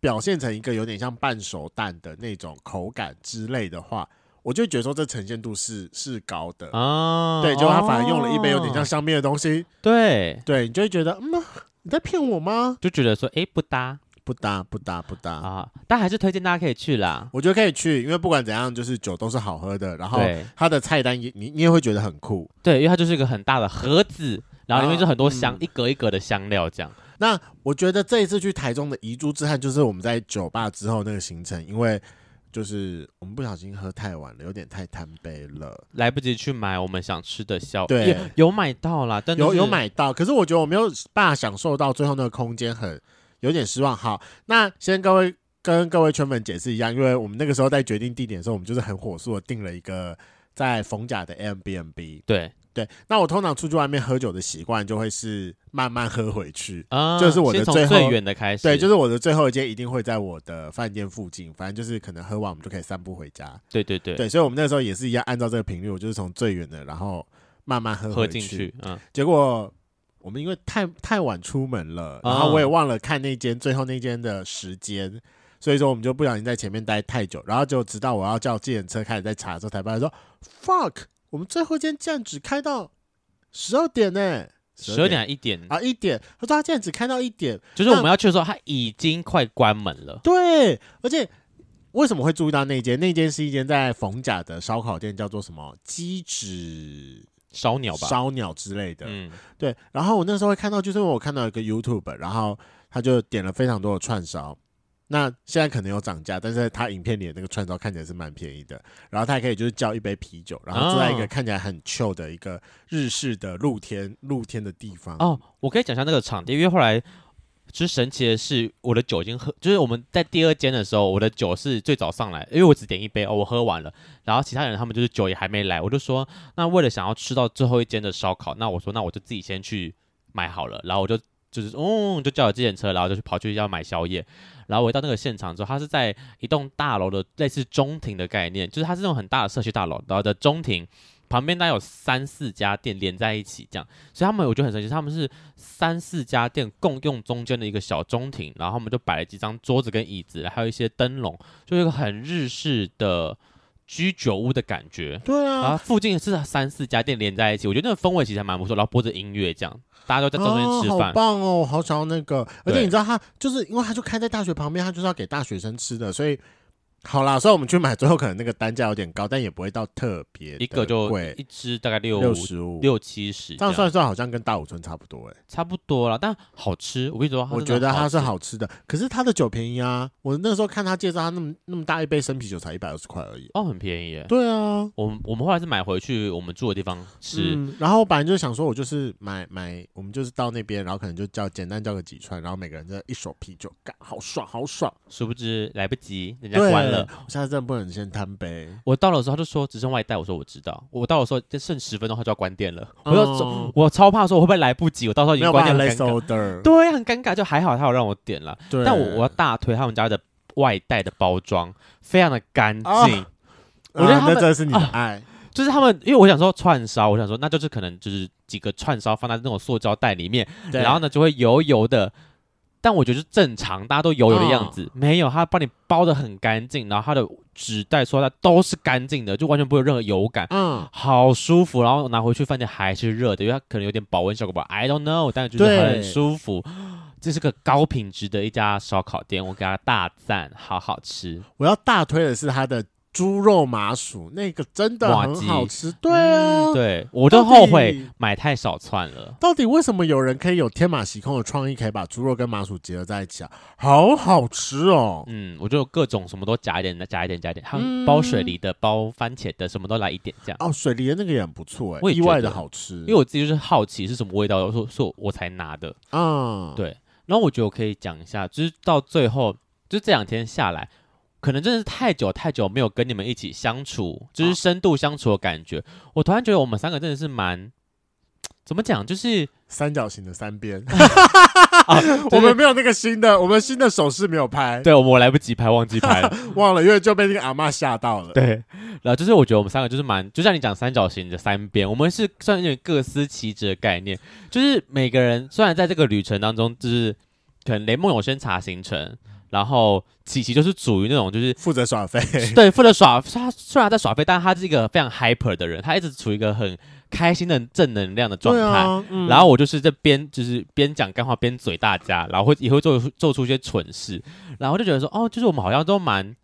表现成一个有点像半熟蛋的那种口感之类的话，我就觉得说这呈现度是是高的。
啊，
对，就他反而用了一杯有点像
哦，
香槟的东西，
对，
对你就会觉得，嗯，你在骗我吗？
就觉得说，哎，不搭
不搭，不搭，不搭。
啊，但还是推荐大家可以去啦。
我觉得可以去，因为不管怎样，就是酒都是好喝的，然后
对
它的菜单也你你也会觉得很酷。
对，因为它就是一个很大的盒子，然后里面就很多香
啊，嗯
一格一格的香料这样。
那我觉得这一次去台中的遗珠之憾，就是我们在酒吧之后那个行程，因为就是我们不小心喝太晚了，有点太贪杯了。
来不及去买我们想吃的宵，
对
也有买到啦，但
有有，买到，可是我觉得我没有办法享受到最后那个空间很，有点失望。好，那先各位跟各位圈粉解释一样，因为我们那个时候在决定地点的时候，我们就是很火速的定了一个在逢甲的 M B M B。
对
对，那我通常出去外面喝酒的习惯就会是慢慢喝回去。
啊，
这是我的
先从
最后
最远的开始，
对，就是我的最后一间一定会在我的饭店附近，反正就是可能喝完我们就可以散步回家。
对对对，
对，所以我们那时候也是一样，按照这个频率，我就是从最远的，然后慢慢喝
喝
回
进去，嗯，
结果我们因为太太晚出门了，然后
啊
我也忘了看那间最后那间的时间，所以说我们就不小心在前面待太久，然后就直到我要叫计程车开始在查的时候，才发现说 fuck，我们最后一间竟然只开到十二点呢、
十二点还一点，
啊一点，他说他竟然只开到一点，
就是我们要去的时候，它已经快关门了。
对，而且。为什么会注意到那间？那间是一间在逢甲的烧烤店，叫做什么鸡指
烧鸟吧，
烧鸟之类的。
嗯，
对，然后我那时候会看到，就是因为我看到一个 YouTube，然后他就点了非常多的串烧。那现在可能有涨价，但是他影片里的那个串烧看起来是蛮便宜的。然后他还可以就是叫一杯啤酒，然后坐在一个
哦
看起来很 chill 的一个日式的露天露天的地方。
哦，我可以讲一下那个场地，因为后来就是神奇的是，我的酒已经喝，就是我们在第二间的时候，我的酒是最早上来，因为我只点一杯哦，我喝完了，然后其他人他们就是酒也还没来，我就说那为了想要吃到最后一间的烧烤，那我说那我就自己先去买好了，然后我就。就是，嗯，就叫了计程车，然后就去跑去要买宵夜。然后我一到那个现场之后，它是在一栋大楼的类似中庭的概念，就是它是那种很大的社区大楼，然后的中庭旁边大概有三四家店连在一起这样，所以他们我觉得很神奇，他们是三四家店共用中间的一个小中庭，然后他们就摆了几张桌子跟椅子，还有一些灯笼，就是一个很日式的居酒屋的感觉。
对
然后
啊，
附近是三四家店连在一起，我觉得那个氛围其实还蛮不错。然后播着音乐这样，大家都在中间吃
哦、好
饭。
棒哦！我好想要那个，而且
对
你知道他就是因为他就开在大学旁边，他就是要给大学生吃的，所以好啦，虽然我们去买最后可能那个单价有点高，但也不会到特别
一个
的
就
贵
一只大概六
六十五
六七十，
这样算一算，好像跟大武村差不多哎、
差不多了，但好吃。我跟你说，
我觉得它
它
是
哦真的啊
好吃的，可是它的酒便宜啊！我那时候看他介绍，他那么那么大一杯生啤酒才一百二十块而已。
吃哦，很便宜耶。
对啊，
我们我们后来是买回去我们住的地方吃，
嗯。然后我本来就想说，我就是买买，我们就是到那边，然后可能就叫简单叫个几串，然后每个人就一手啤酒，干好爽好爽。
殊不知来不及，人家
对，
关了。
我现在真的不能先贪杯。
我到了时候，他就说只剩外带，我说我知道。我到的时候，就剩十分钟，他就要关店了。
哦
我就走，我超怕说我会不会来不及，我到时哦候已
没
经
有
关
办法
店
l
很
e
尴尬。
order。
对，很尴尬，就还好他有让我点了。
对，
但我我要大推他们家的外带的包装，非常的干净。
啊
我觉得
啊
他
那
们
真的是你的爱。
就是他们，因为我想说串烧，我想说那就是可能就是几个串烧放在那种塑胶袋里面，
对
然后呢就会油油的。但我觉得是正常，大家都油油的样子。
嗯
没有，它帮你包的很干净，然后它的纸袋、塑料袋都是干净的，就完全不会有任何油感。
嗯，
好舒服，然后拿回去饭店还是热的，因为它可能有点保温效果吧，I don't know，但就是
对
很舒服。这是个高品质的一家烧烤店，我给它大赞，好好吃。
我要大推的是它的猪肉麻薯，那个真的
哇
很
鸡
好吃。对啊，
嗯对我都
到底
后悔买太少串了。
到底为什么有人可以有天马行空的创意，可以把猪肉跟麻薯结合在一起啊？好好吃哦！
嗯，我就各种什么都加一点，再加一点，加一点，还
嗯
有包水梨的，包番茄的，什么都来一点这样。
哦，水梨的那个也很不错哎、
我也
意
觉得
外的好吃。
因为我自己就是好奇是什么味道，所以所以我才拿的。
啊，
对然后我觉得我可以讲一下，就是到最后，就是这两天下来，可能真的是太久太久没有跟你们一起相处，就是深度相处的感觉。我突然觉得我们三个真的是蛮。怎么讲？就是
三角形的三边，
啊，
我
就是
们没有那个新的，我们新的手势没有拍，
对我们来不及拍，忘记拍 了。
忘了，因为就被那个阿嬷吓到了。
对，然后就是我觉得我们三个就是蛮，就像你讲三角形的三边，我们是算有点各司其职的概念，就是每个人虽然在这个旅程当中，就是可能雷梦有先查行程，然后琪琪就是属于那种就是。
负责耍废，
对，负责耍，他虽然在耍废，但他是一个非常 hyper 的人，他一直处于一个很开心的正能量的状
对
态。
啊，嗯
然后我就是这边就是边讲干话边嘴大家，然后会也会做出做出一些蠢事，然后就觉得说哦，就是我们好像都蛮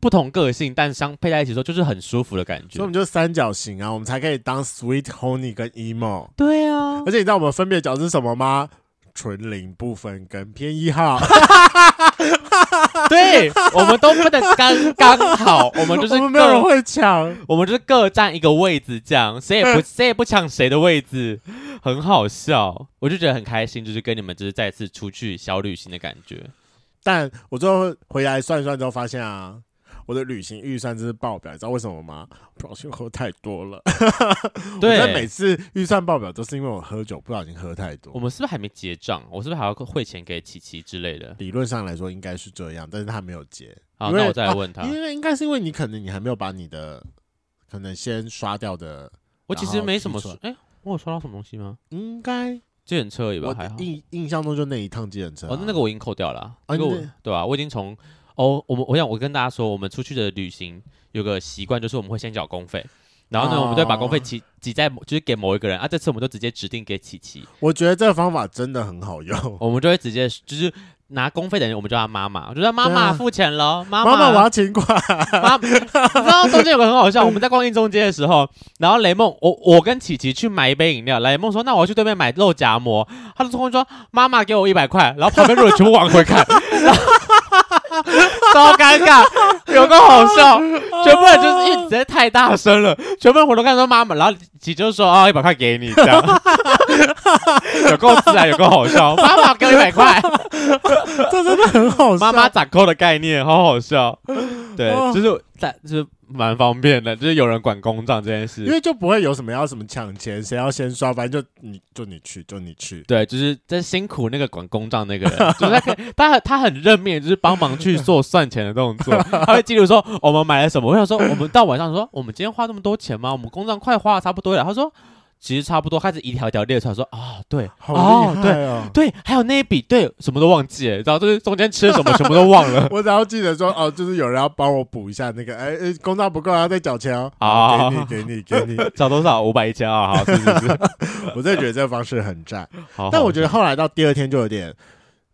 不同个性，但相配在一起的时候就是很舒服的感
所以我
觉
们。就三角形啊，我们才可以当 sweet honey 跟 emo。
对啊
而，且你知道我们分别角是什么吗？纯零不分跟偏一号，
对，我们都分的刚刚好，我们 就是
我们没有人
各
会抢。
我们就是各占一个位置，这样谁也不
嗯
谁也不抢谁的位置， 很好笑。我就觉得很开心，就是跟你们就是再次出去小旅行的感觉。
但我最后回来算一算之后发现啊，我的旅行预算真是爆表，你知道为什么吗？不小心喝太多了。
对，
但每次预算爆表都是因为我喝酒不小心喝太
我
多。
们是不是还没结账？我是不是还要汇钱给琪琪之类的？
理论上来说应该是这样，但是他没有结，
好，
因为啊
那我再来问他。
因为应该是因为你可能你还没有把你的可能先刷掉的，
我其实没什么
然后
说，哎、我有刷到什么东西吗？
应该
计程车也吧，
我
还好。
印印象中就那一趟计程车啊、
哦，那那个我已经扣掉了啊，
啊
那个我
你
对吧、我已经从哦，我们我想我跟大家说，我们出去的旅行有个习惯，就是我们会先缴公费，然后呢，
哦
我们就把公费挤挤在某就是给某一个人啊。这次我们就直接指定给琪琪，
我觉得这个方法真的很好用。
我们就会直接就是拿公费的人，我们就叫他妈妈，我就说妈
对啊
妈付钱喽，妈
妈妈，我
妈
要请款。
妈，啊你知道中间有个很好笑，我们在逛一中街的时候，然后雷梦，我我跟琪琪去买一杯饮料，雷梦说那我要去对面买肉夹馍，他就冲过去说妈妈给我一百块，然后旁边路人全部往回看， 然后超尴尬，有个好笑，全部人就是因为实在太大声了，全部人回头看说妈妈，然后琪琪就说啊一百块给你这样， 有够自然，有够好笑，妈妈给我一百块。
这真的很好笑。
妈妈掌控的概念，好好 笑。对
哦，
就是但就是蛮方便的，就是有人管公账这件
因
事。
为就不会有什么要什么抢钱，谁要先刷，反正就你就你去，就你去。
对，就是在辛苦那个管公账那个人， 就是他可以他他很认命，就是帮忙去做算钱的动 作。他会记录说哦我们买了什么。我想说，我们到晚上说我们今天花那么多钱吗？我们公账快花的差不多了。他说其实差不多，开始一条一条列出来说啊、对，
好厉
哦，对
害哦！
对，还有那一笔，对，什么都忘记了，然后就是中间吃了什么全部都忘了。
我只要记得说哦，就是有人要帮我补一下那个，哎，哎公道不够，要再缴钱哦。
哦
好给你，给你，给 你。
找多少？五百一千二，好，是是是。
我真的觉得这个方式很赞，
好，
但
好
我觉得后来到第二天就有点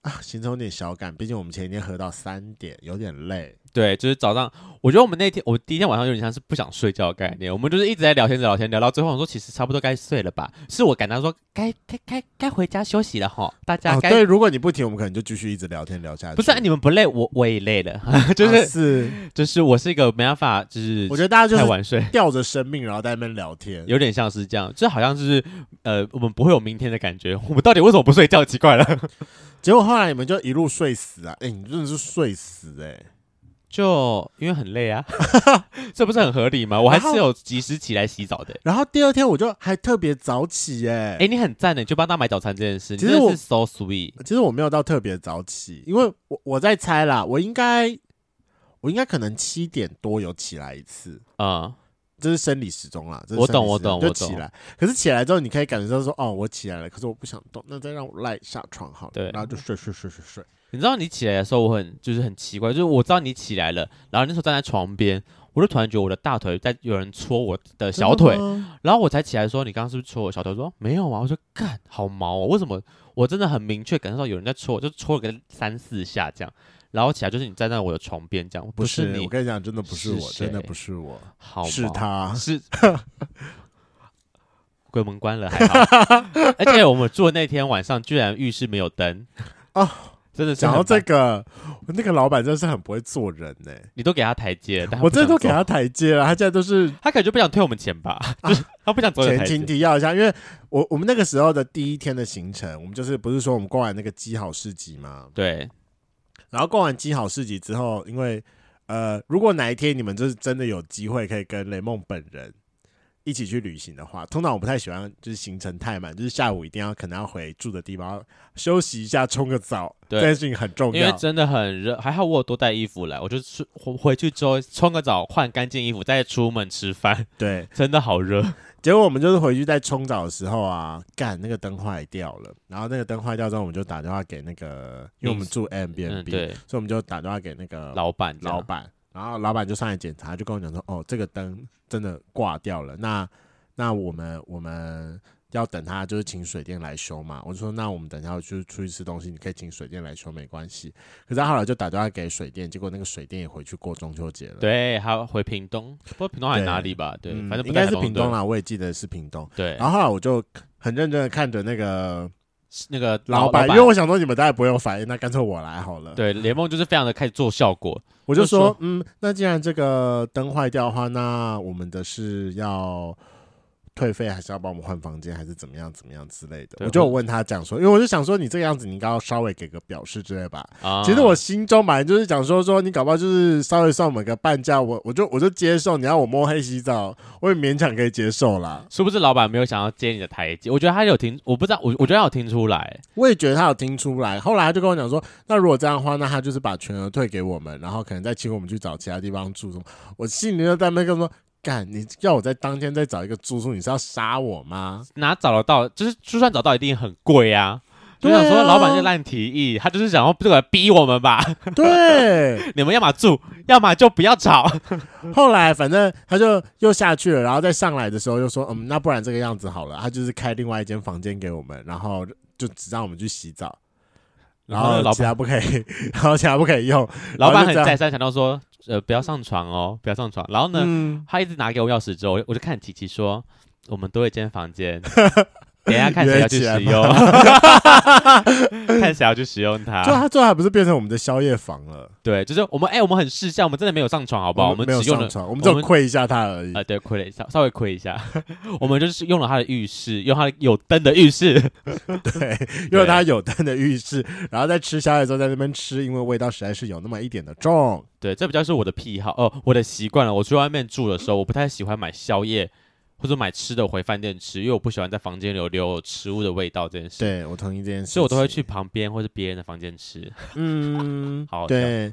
啊，行程有点小赶，毕竟我们前一天喝到三点，有点累。
对，就是早上，我觉得我们那天，我第一天晚上有点像是不想睡觉的概念，我们就是一直在聊天，一直聊天，聊到最后，我说其实差不多该睡了吧，是我感到说该该该该回家休息了哈，大家
哦，
啊该、
对，如果你不提，我们可能就继续一直聊天聊下去。
不是、啊、你们不累，我我也累了， 就是、
啊是，
就是我是一个没办法，就是
我觉得大家就
太
是
晚睡，
吊着生命，然后在那边聊天。
有点像是这样，就好像是呃，我们不会有明天的感觉，我们到底为什么不睡觉？奇怪了，
结果后来你们就一路睡死啊！哎、你真的是睡死哎、
就因为很累啊， 这不是很合理吗？我还
然后
是有及时起来洗澡的、
然后第二天我就还特别早起哎、
哎、你很赞的，你就帮他买早餐这件事，你
其实
真的
我
是 so sweet。
其实我没有到特别早起，因为我我在猜啦，我应该我应该可能七点多有起来一次，
嗯，
这是生理时钟啦。这是
我懂
生理时钟
我懂
就
我懂
起来。可是起来之后，你可以感觉到说，哦，我起来了，可是我不想动，那再让我赖下床好了。
对
然后就睡睡睡睡睡。
你知道你起来的时候，我很就是很奇怪，就是我知道你起来了，然后那时候站在床边，我就突然觉得我的大腿在有人戳我的小腿，
真的吗
然后我才起来说你刚刚是不是戳我小腿？我说没有啊，我说干好毛哦，为什么我真的很明确感受到有人在戳我，就戳了个三四下这样，然后起来就是你站在我的床边这样，
不
是
我
你，
跟你讲，真的不是
是
我，真的
谁
不是我，
好
是
毛
他。
是鬼门关了还好， 而且我们住的那天晚上居然浴室没有灯
哦，
真的是
讲
很
到这
白
个，我那个老板真的是很不会做人呢、
你都给他台 阶了，但他
我
不
这
想
都给
走
他台阶了，他现在都是
他感觉不想退我们钱吧，就是 他不想走有
前
台阶
情。提要一下，因为我我们那个时候的第一天的行程，我们就是不是说我们逛完那个鸡好市集嘛，
对，
然后逛完鸡好市集之后，因为呃，如果哪一天你们就是真的有机会可以跟雷梦本人一起去旅行的话，通常我不太喜欢就是行程太满，就是下午一定要可能要回住的地方休息一下，冲个澡，
对
这件事情很重
因为
要。
真的很热，还好我有多带衣服来，我就是回回去之后冲个澡，换干净衣服，再出门吃饭，
对，
真的好热。
结果我们就是回去在冲澡的时候啊，干那个灯坏掉了，然后那个灯坏掉之后，我们就打电话给那个，因为我们住 M B
嗯，
N B，、
对，
所以我们就打电话给那个
老板这
嗯
样，
老板，然后老板就上来检查，就跟我讲说，哦，这个灯真的挂掉了，那那我们我们要等他就是请水电来修嘛。我就说，那我们等一下就出去吃东西，你可以请水电来修，没关系。可是他后来就打电话给水电，结果那个水电也回去过中秋节了。
对，还回屏东，不过屏东还是
对
哪里吧？对，
嗯
反正不
应
在
该是
台
屏东
对
啦，我也记得是屏东。
对，
然后后来我就很认真的看着那个
那个
老板，
板，
因为我想说你们大概不会有反应，那干脆我来好了。
对联盟就是非常的开始做效果，
我就
就
说
说，
嗯，那既然这个灯坏掉的话，那我们的是要退费，还是要帮我们换房间，还是怎么样怎么样之类的？
对
我就有问他讲说，因为我就想说，你这个样子，你应该要稍微给个表示之类吧。
啊，
其实我心中本来就是讲说，说你搞不好就是稍微算我们个半价，我我就我就接受。你要我摸黑洗澡，我也勉强可以接受啦。
殊不知老板没有想要接你的台阶，我觉得他有听，我不知道，我我觉得他有听出来，
我也觉得他有听出来，后来他就跟我讲说，那如果这样的话，那他就是把全额退给我们，然后可能再请我们去找其他地方住什么。我心里就在那边跟我说，干，你要我在当天再找一个住宿，你是要杀我吗？
哪找得到？就是就算找到，一定很贵啊。就
对啊
想说老板这烂提议，他就是想要这个逼我们吧？
对，
你们要么住，要么就不要吵。
后来反正他就又下去了，然后再上来的时候又说，嗯，那不然这个样子好了，他就是开另外一间房间给我们，然后就只让我们去洗澡。然后
老
其
板
他不可以， 然后其他不可以用。
老板
就
很
这样
再三强调说，呃，不要上床哦，不要上床。然后呢，
嗯，
他一直拿给我钥匙之后，我就我就看琪琪说，我们多一间 房间，等一下看谁要去使用， 看谁要去使用
就
它。
他最后还不是变成我们的宵夜房了，
对，就是我们哎、我们很识相，我们真的没有上床，好不好？我们
没有
只用
上
了。
床，我们只有
我们
窥一下他而已。
呃，对，亏了一下，稍微亏一下。 我们就是用了他的浴室，用他的有灯的浴室。
对，因为它有灯的浴室，然后在吃宵夜的时候在那边吃，因为味道实在是有那么一点的重。
对，这比较是我的癖好，哦，我的习惯了。我去外面住的时候，我不太喜欢买宵夜或者买吃的回饭店吃，因为我不喜欢在房间里有留食物的味道这件事。
对我同意这件事，
所以我 都会。去旁边或是别人的房间吃。
嗯，
好
对，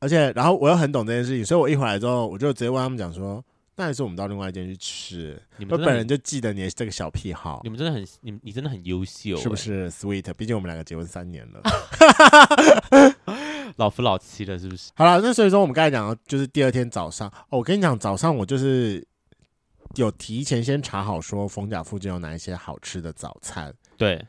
而且然后我又很懂这件事情，所以我一回来之后，我就直接问他们讲说，那还是我们到另外一间去吃。
你们
我
真
本
的很
人就记得你的这个小癖好
你。们真的很，你们你真的很优秀、欸
是不？是 sweet？毕竟我们两个结婚三年了。
老夫老妻了，是不是？
好了，那所以说我们刚才讲到，就是第二天早上，哦，我跟你讲，早上我就是有提前先查好，说逢甲附近有哪一些好吃的早餐。
对，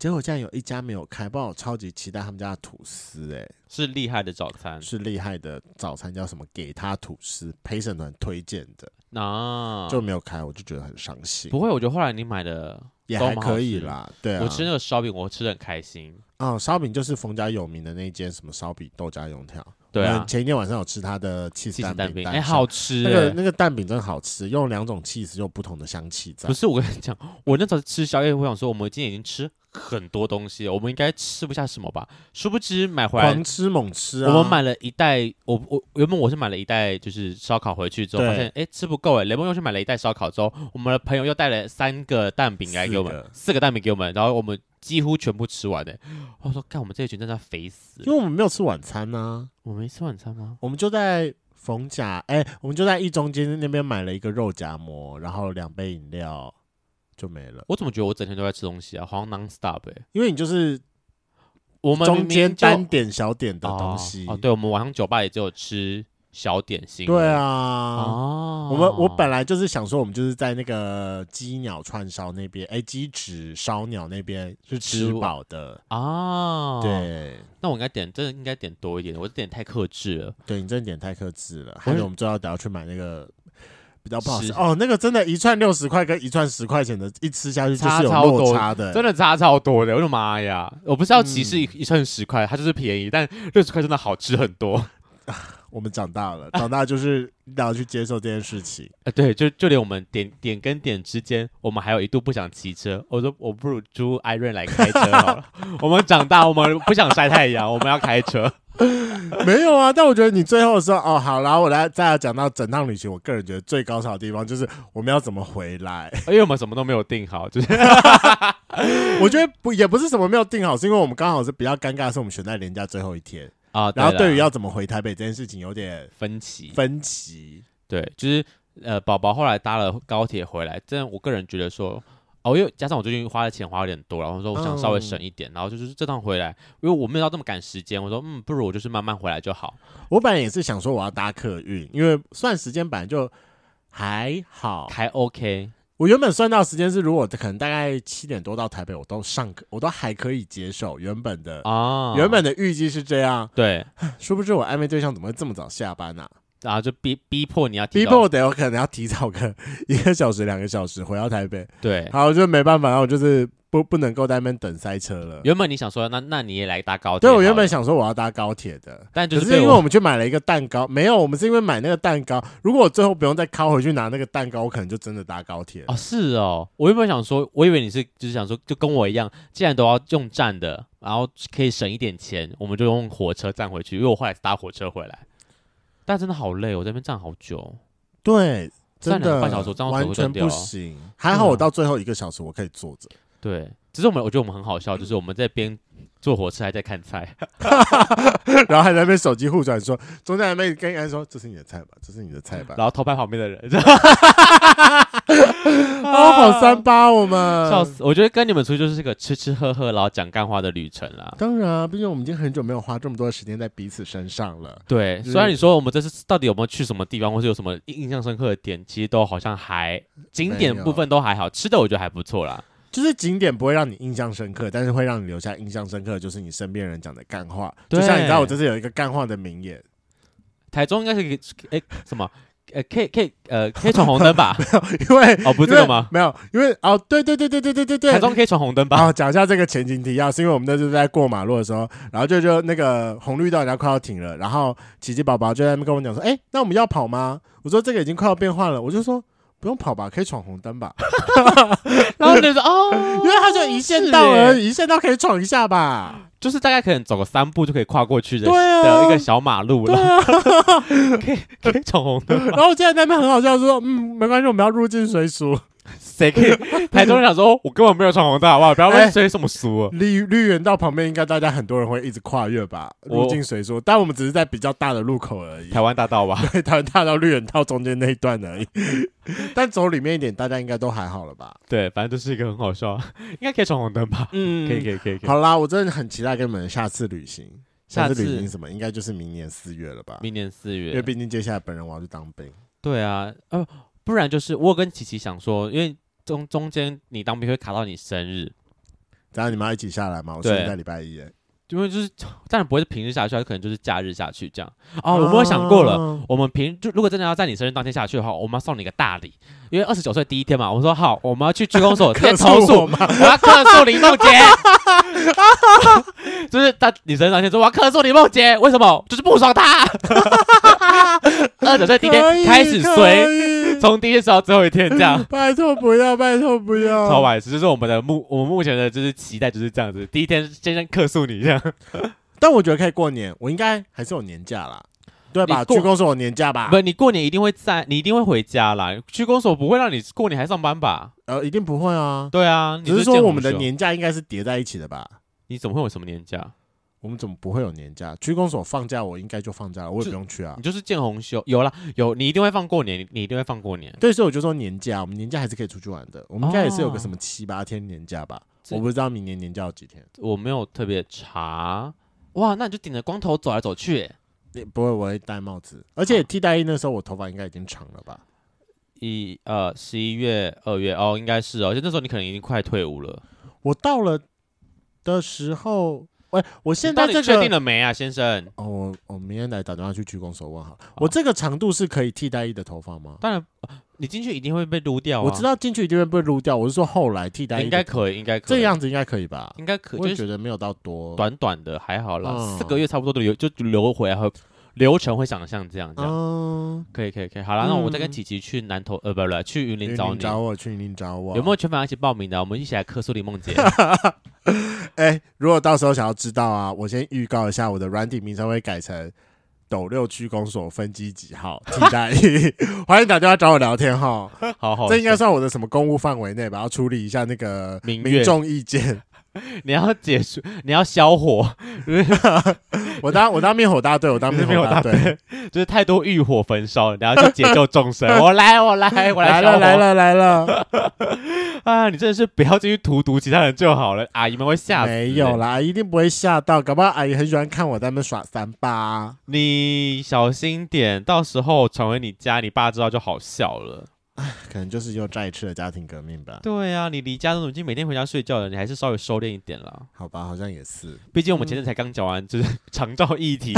结果竟然有一家没有开，不然我超级期待他们家的吐司、欸，
是厉害的早餐。
是厉害的早餐，叫什么？给他吐司，陪审团推荐的，
那、
就没有开，我就觉得很伤心。
啊不会，我觉得后来你买的，
也还可以啦，对啊。
我吃那个烧饼，我吃的很开心。
哦，烧饼就是冯家有名的那间什么烧饼豆家油条。
对
我
啊
们，前一天晚上有吃他的气
气
死
死蛋
饼
饼，
蛋
哎、
上
好吃、
那
哎
个那个蛋饼真的好吃，用两种气司有不同的香气在
不。是我跟你讲，我那时候吃宵夜，我想说我们今天已经吃很多东西了，我们应该吃不下什么吧？殊不知买回来
狂吃猛吃啊！
我们买了一袋，我我原本我是买了一袋，就是烧烤回去之后
对
发现，哎，吃不够哎。雷蒙又去买了一袋烧烤之后，我们的朋友又带了三个蛋饼来给我
四
们
个，
四个蛋饼给我们，然后我们几乎全部吃完哎。我说，看我们这一群真的要肥死
因，为我们没有吃晚餐呢、啊
我没吃晚餐吗？
我们就在逢甲，哎、我们就在一中间那边买了一个肉夹馍，然后两杯饮料就没了。
我怎么觉得我整天都在吃东西啊？好像 non stop 哎、
因为你就是
我们
中
明
间
明就
单点小点的东西，
哦哦，对，我们晚上酒吧也只有吃小点心。
对啊，
哦，
我们我本来就是想说，我们就是在那个鸡鸟串烧那边，哎，鸡翅烧鸟那边是吃
吃我
饱的，
啊，，
对，
那我应该点，真的应该点多一点，我这点太克制了。
对你这点太克制了。还有
是
我们最后得要去买那个比较不好吃
是
哦，那个真的，一串六十块跟一串十块钱的，一吃下去就是
差
有
超
落
多
差的、
真的差超多的，我的妈呀！我不是要歧
嗯
视一一串十块，它就是便宜，但六十块真的好吃很多。
我们长大了， 长大就是要去接受这件事情。
呃，对，就就连我们点点跟点之间，我们还有一度不想骑车，我说我不如租艾瑞来开车好了。 我们长大，我们不想晒太阳，我们要开车。
没有啊，但我觉得你最后的时候，哦，好，然后我来再来讲到整趟旅行，我个人觉得最高潮的地方就是我们要怎么回来。
因为我们什么都没有定好，就是
我觉得不也不是什么没有定好，是因为我们刚好是比较尴尬，的是我们选在连假最后一天，
啊，
然后
啦
对于要怎么回台北这件事情有点
分歧，
分歧。
对，就是呃，宝宝后来搭了高铁回来，但我个人觉得说，哦，因为加上我最近花的钱花有点多，然后说我想稍微
嗯
省一点，然后就是这趟回来，因为我没有到这么赶时间，我说嗯，不如我就是慢慢回来就好。
我本来也是想说我要搭客运，因为算时间本来就还好。
还 OK，
我原本算到时间是，如果可能大概七点多到台北，我都上可我都还可以接受原本的。
啊，
原本的预计是这样，
对，
殊不知我暧昧对象怎么会这么早下班呢、啊？
然后就逼逼迫你要提
逼
早
迫我得有可能要提早个一个小时、两个小时回到台北，
对。
好，就没办法，然后我就是不不能够在那边等塞车了。
原本你想说，那那你也来搭高铁
对
好了？
我原本想说我要搭高铁的，
但就
可
是
是
被
因为我们去买了一个蛋糕，没有，我们是因为买那个蛋糕。如果我最后不用再靠回去拿那个蛋糕，我可能就真的搭高铁了。
哦，是哦，我原本想说，我以为你是就是想说，就跟我一样，既然都要用站的，然后可以省一点钱，我们就用火车站回去，因为我后来是搭火车回来，但真的好累，我在那边站好久，
对，真
站两
的
个半小时这样我
完
腿会
全
断掉
不
啊
行。还好我到最后一个小时我可以坐着，
对，只是我们我觉得我们很好 笑，就是我们在边坐火车还在看菜，
然后还在被手机互转说，中间还没跟人家说这是你的菜吧，这是你的菜吧。
然后偷拍旁边 的人，
嗯哦，好三八我们，
啊笑！死！我觉得跟你们出去就是个吃吃喝喝，然后讲干话的旅程啦。
当然啊，毕竟我们已经很久没有花这么多的时间在彼此身上了。
对，虽然你说我们这次到底有没有去什么地方，或是有什么印印象深刻的点，其实都好像还景点
没有
部分都还好，吃的我觉得还不错啦。
就是景点不会让你印象深刻，但是会让你留下印象深刻，的就是你身边人讲的干话。就
对
像你知道，我这次有一个干话的名言，
台中应该是可以，哎、什么？呃，可以可以，呃，可以闯红灯 吧？
因为
哦，不是这个吗？
因为没有，因为哦，对对对对对对对啊对
台。中可以闯红灯吧？
哦，讲一下这个前情提要，是因为我们那次在过马路的时候，然后就就那个红绿灯人家快要停了，然后奇迹宝宝就在那边跟我讲说：“哎、那我们要跑吗？”我说：“这个已经快要变换了。”我就说：“不用跑吧，可以闯红灯吧，
然后就说哦，
因为他就一线道而
是耶，
已，一线道可以闯一下吧。
就是大概可能走个三步就可以跨过去”的、
对啊，
的一个小马路了。 可以可以闯红灯，
然后我记得那边很好笑，说：“嗯，没关系，我们要入境随 俗。”
谁可以？台中人想说，哦我根本没有闯红灯，好不好？不要
哎
问谁什么俗、
绿绿园道旁边，应该大家很多人会一直跨越吧，
我
入境随说，但我们只是在比较大的路口而已
台，湾大道吧？
对，台湾 大到绿园道中间那一段而已。 但走里面一点，大家应该都还好了吧？
对，反正就是一个很好笑，应该可以闯红灯吧？
嗯
可以可以可以可以。
好啦，我真的很期待跟你们下次旅行。
下
次
次
旅行什么？应该就是明年四月了吧？
明年四
因为
月，
毕竟接下来本人我要去当兵。
对啊，呃，不然就是我有跟琪琪想说，因为中中间你当兵会卡到你生日，
然后你们要一起下来吗？我是
对
在礼拜一耶。
因为就是 当然不会是平日下去，它可能就是假日下去这样。哦，我们有想过了。
了，
我们平就如果真的要在你生日当天下去的话，我们要送你一个大礼，因为二十九岁第一天嘛，我们说好，我们要去区 公所直接
诉
投
我
诉，
吗？
我要克诉林 梦洁，就是他女神当天说我要克诉林梦洁，为什么？就是不 爽他。二十岁第一
可以
天开始衰，，
可以。
从第一天衰到最后一天这 样
嗯拜托不要，拜托不要，
超白痴，就是我们的目，我们目前的就是期待就是这样子。第一天先先克诉你这样，
但我觉得可以过年，我应该还是有年假啦，对吧？
你过
去公司有年假吧
不，？你过年一定会在，你一定会回家啦。区公所不会让你过年还上班吧？
呃，一定不会啊，
对啊，你
只是说
见红
我们的
休，
年假应该是叠在一起的吧？
你怎么会有什么年假？
我们怎么不会有年假？区公所放假，我应该就放假了，我也
就
不用去啊
你。就是见红休有啦，有你一定会放过年，你一定会放过年。
对，所以我就说年假，我们年假还是可以出去玩的。我们应该也是有个什么七八天年假吧？
这
我不知道明年年假有几天。
我没有特别查，哇，那你就顶着光头走来走去、
也不会，我会戴帽子。而且替代役那时候我头发应该已经长了吧？
一呃十一月、二月哦，应该是哦，就那时候你可能已经快退伍了。
我到了的时候，喂，我现在
到底
这
确定
个
了没啊，先生？
哦，我我明天来打电话去区公所问好了。我这个长度是可以替代役的头发吗？
当然，你进去一定会被撸掉啊。
我知，道进去一定会被撸掉，我是说后来替代役
应该
的
可以，应该可以
这，样子应该可以吧？
应该可以，
我
就
也
是
觉得没有到多
短短的还好啦，
哦嗯
四个月差不多都流就流回来和流程会想象这样这样。
嗯，
可以可以可以，好啦，那我再跟
嗯
琪琪去南投，呃，不不，去云林找你。
找我，啊去云林找我。
有没有全粉要一起报名的？我们一起来克苏林梦姐。
哎、如果到时候想要知道啊，我先预告一下，我的软体名称会改成斗六区公所分机几号替代 役，欢迎打电话找我聊天哈。
好好 笑，
这应该算我的什么公务范围内吧？要处理一下那个
民怨
民众意见。
你要结束，你要消火，
我当我当灭火大队， 我当灭火大队，
就是太多欲火焚烧，然后去解救众生。我来，我来，我
来了
消火
来了来了，
啊！你真的是不要进去荼毒其他人就好了，阿姨们会 吓死。
没有，啦，一定不会吓到，搞不好阿姨很喜欢看我在那边耍三八。
你小心点，到时候传回你家，你爸知道就好笑了。
可能就是又再一次的家庭革命吧。
对啊，你离家都已经每天回家睡觉了，你还是稍微收敛一点啦。
好吧，好像也是。
毕竟我们前阵才刚讲完，就是长照议 题，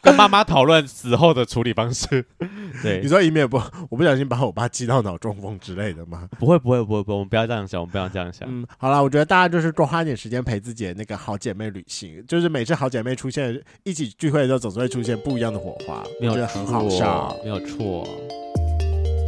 跟妈妈讨论死后的处理方 式。
你
对，
说以免不我不小心把我爸气到脑中风之类的吗？
不会不会不会不会，我们不要这样想，我们不要这样想。
嗯，好啦，我觉得大家就是多花点时间陪自己的那个好姐妹旅行，就是每次好姐妹出现一起聚会的时候，总是会出现不一样的火花，
没
我觉
有
得
哦错
很好笑。，
没有错。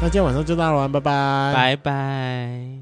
那今天晚上就到了，拜拜。
拜拜。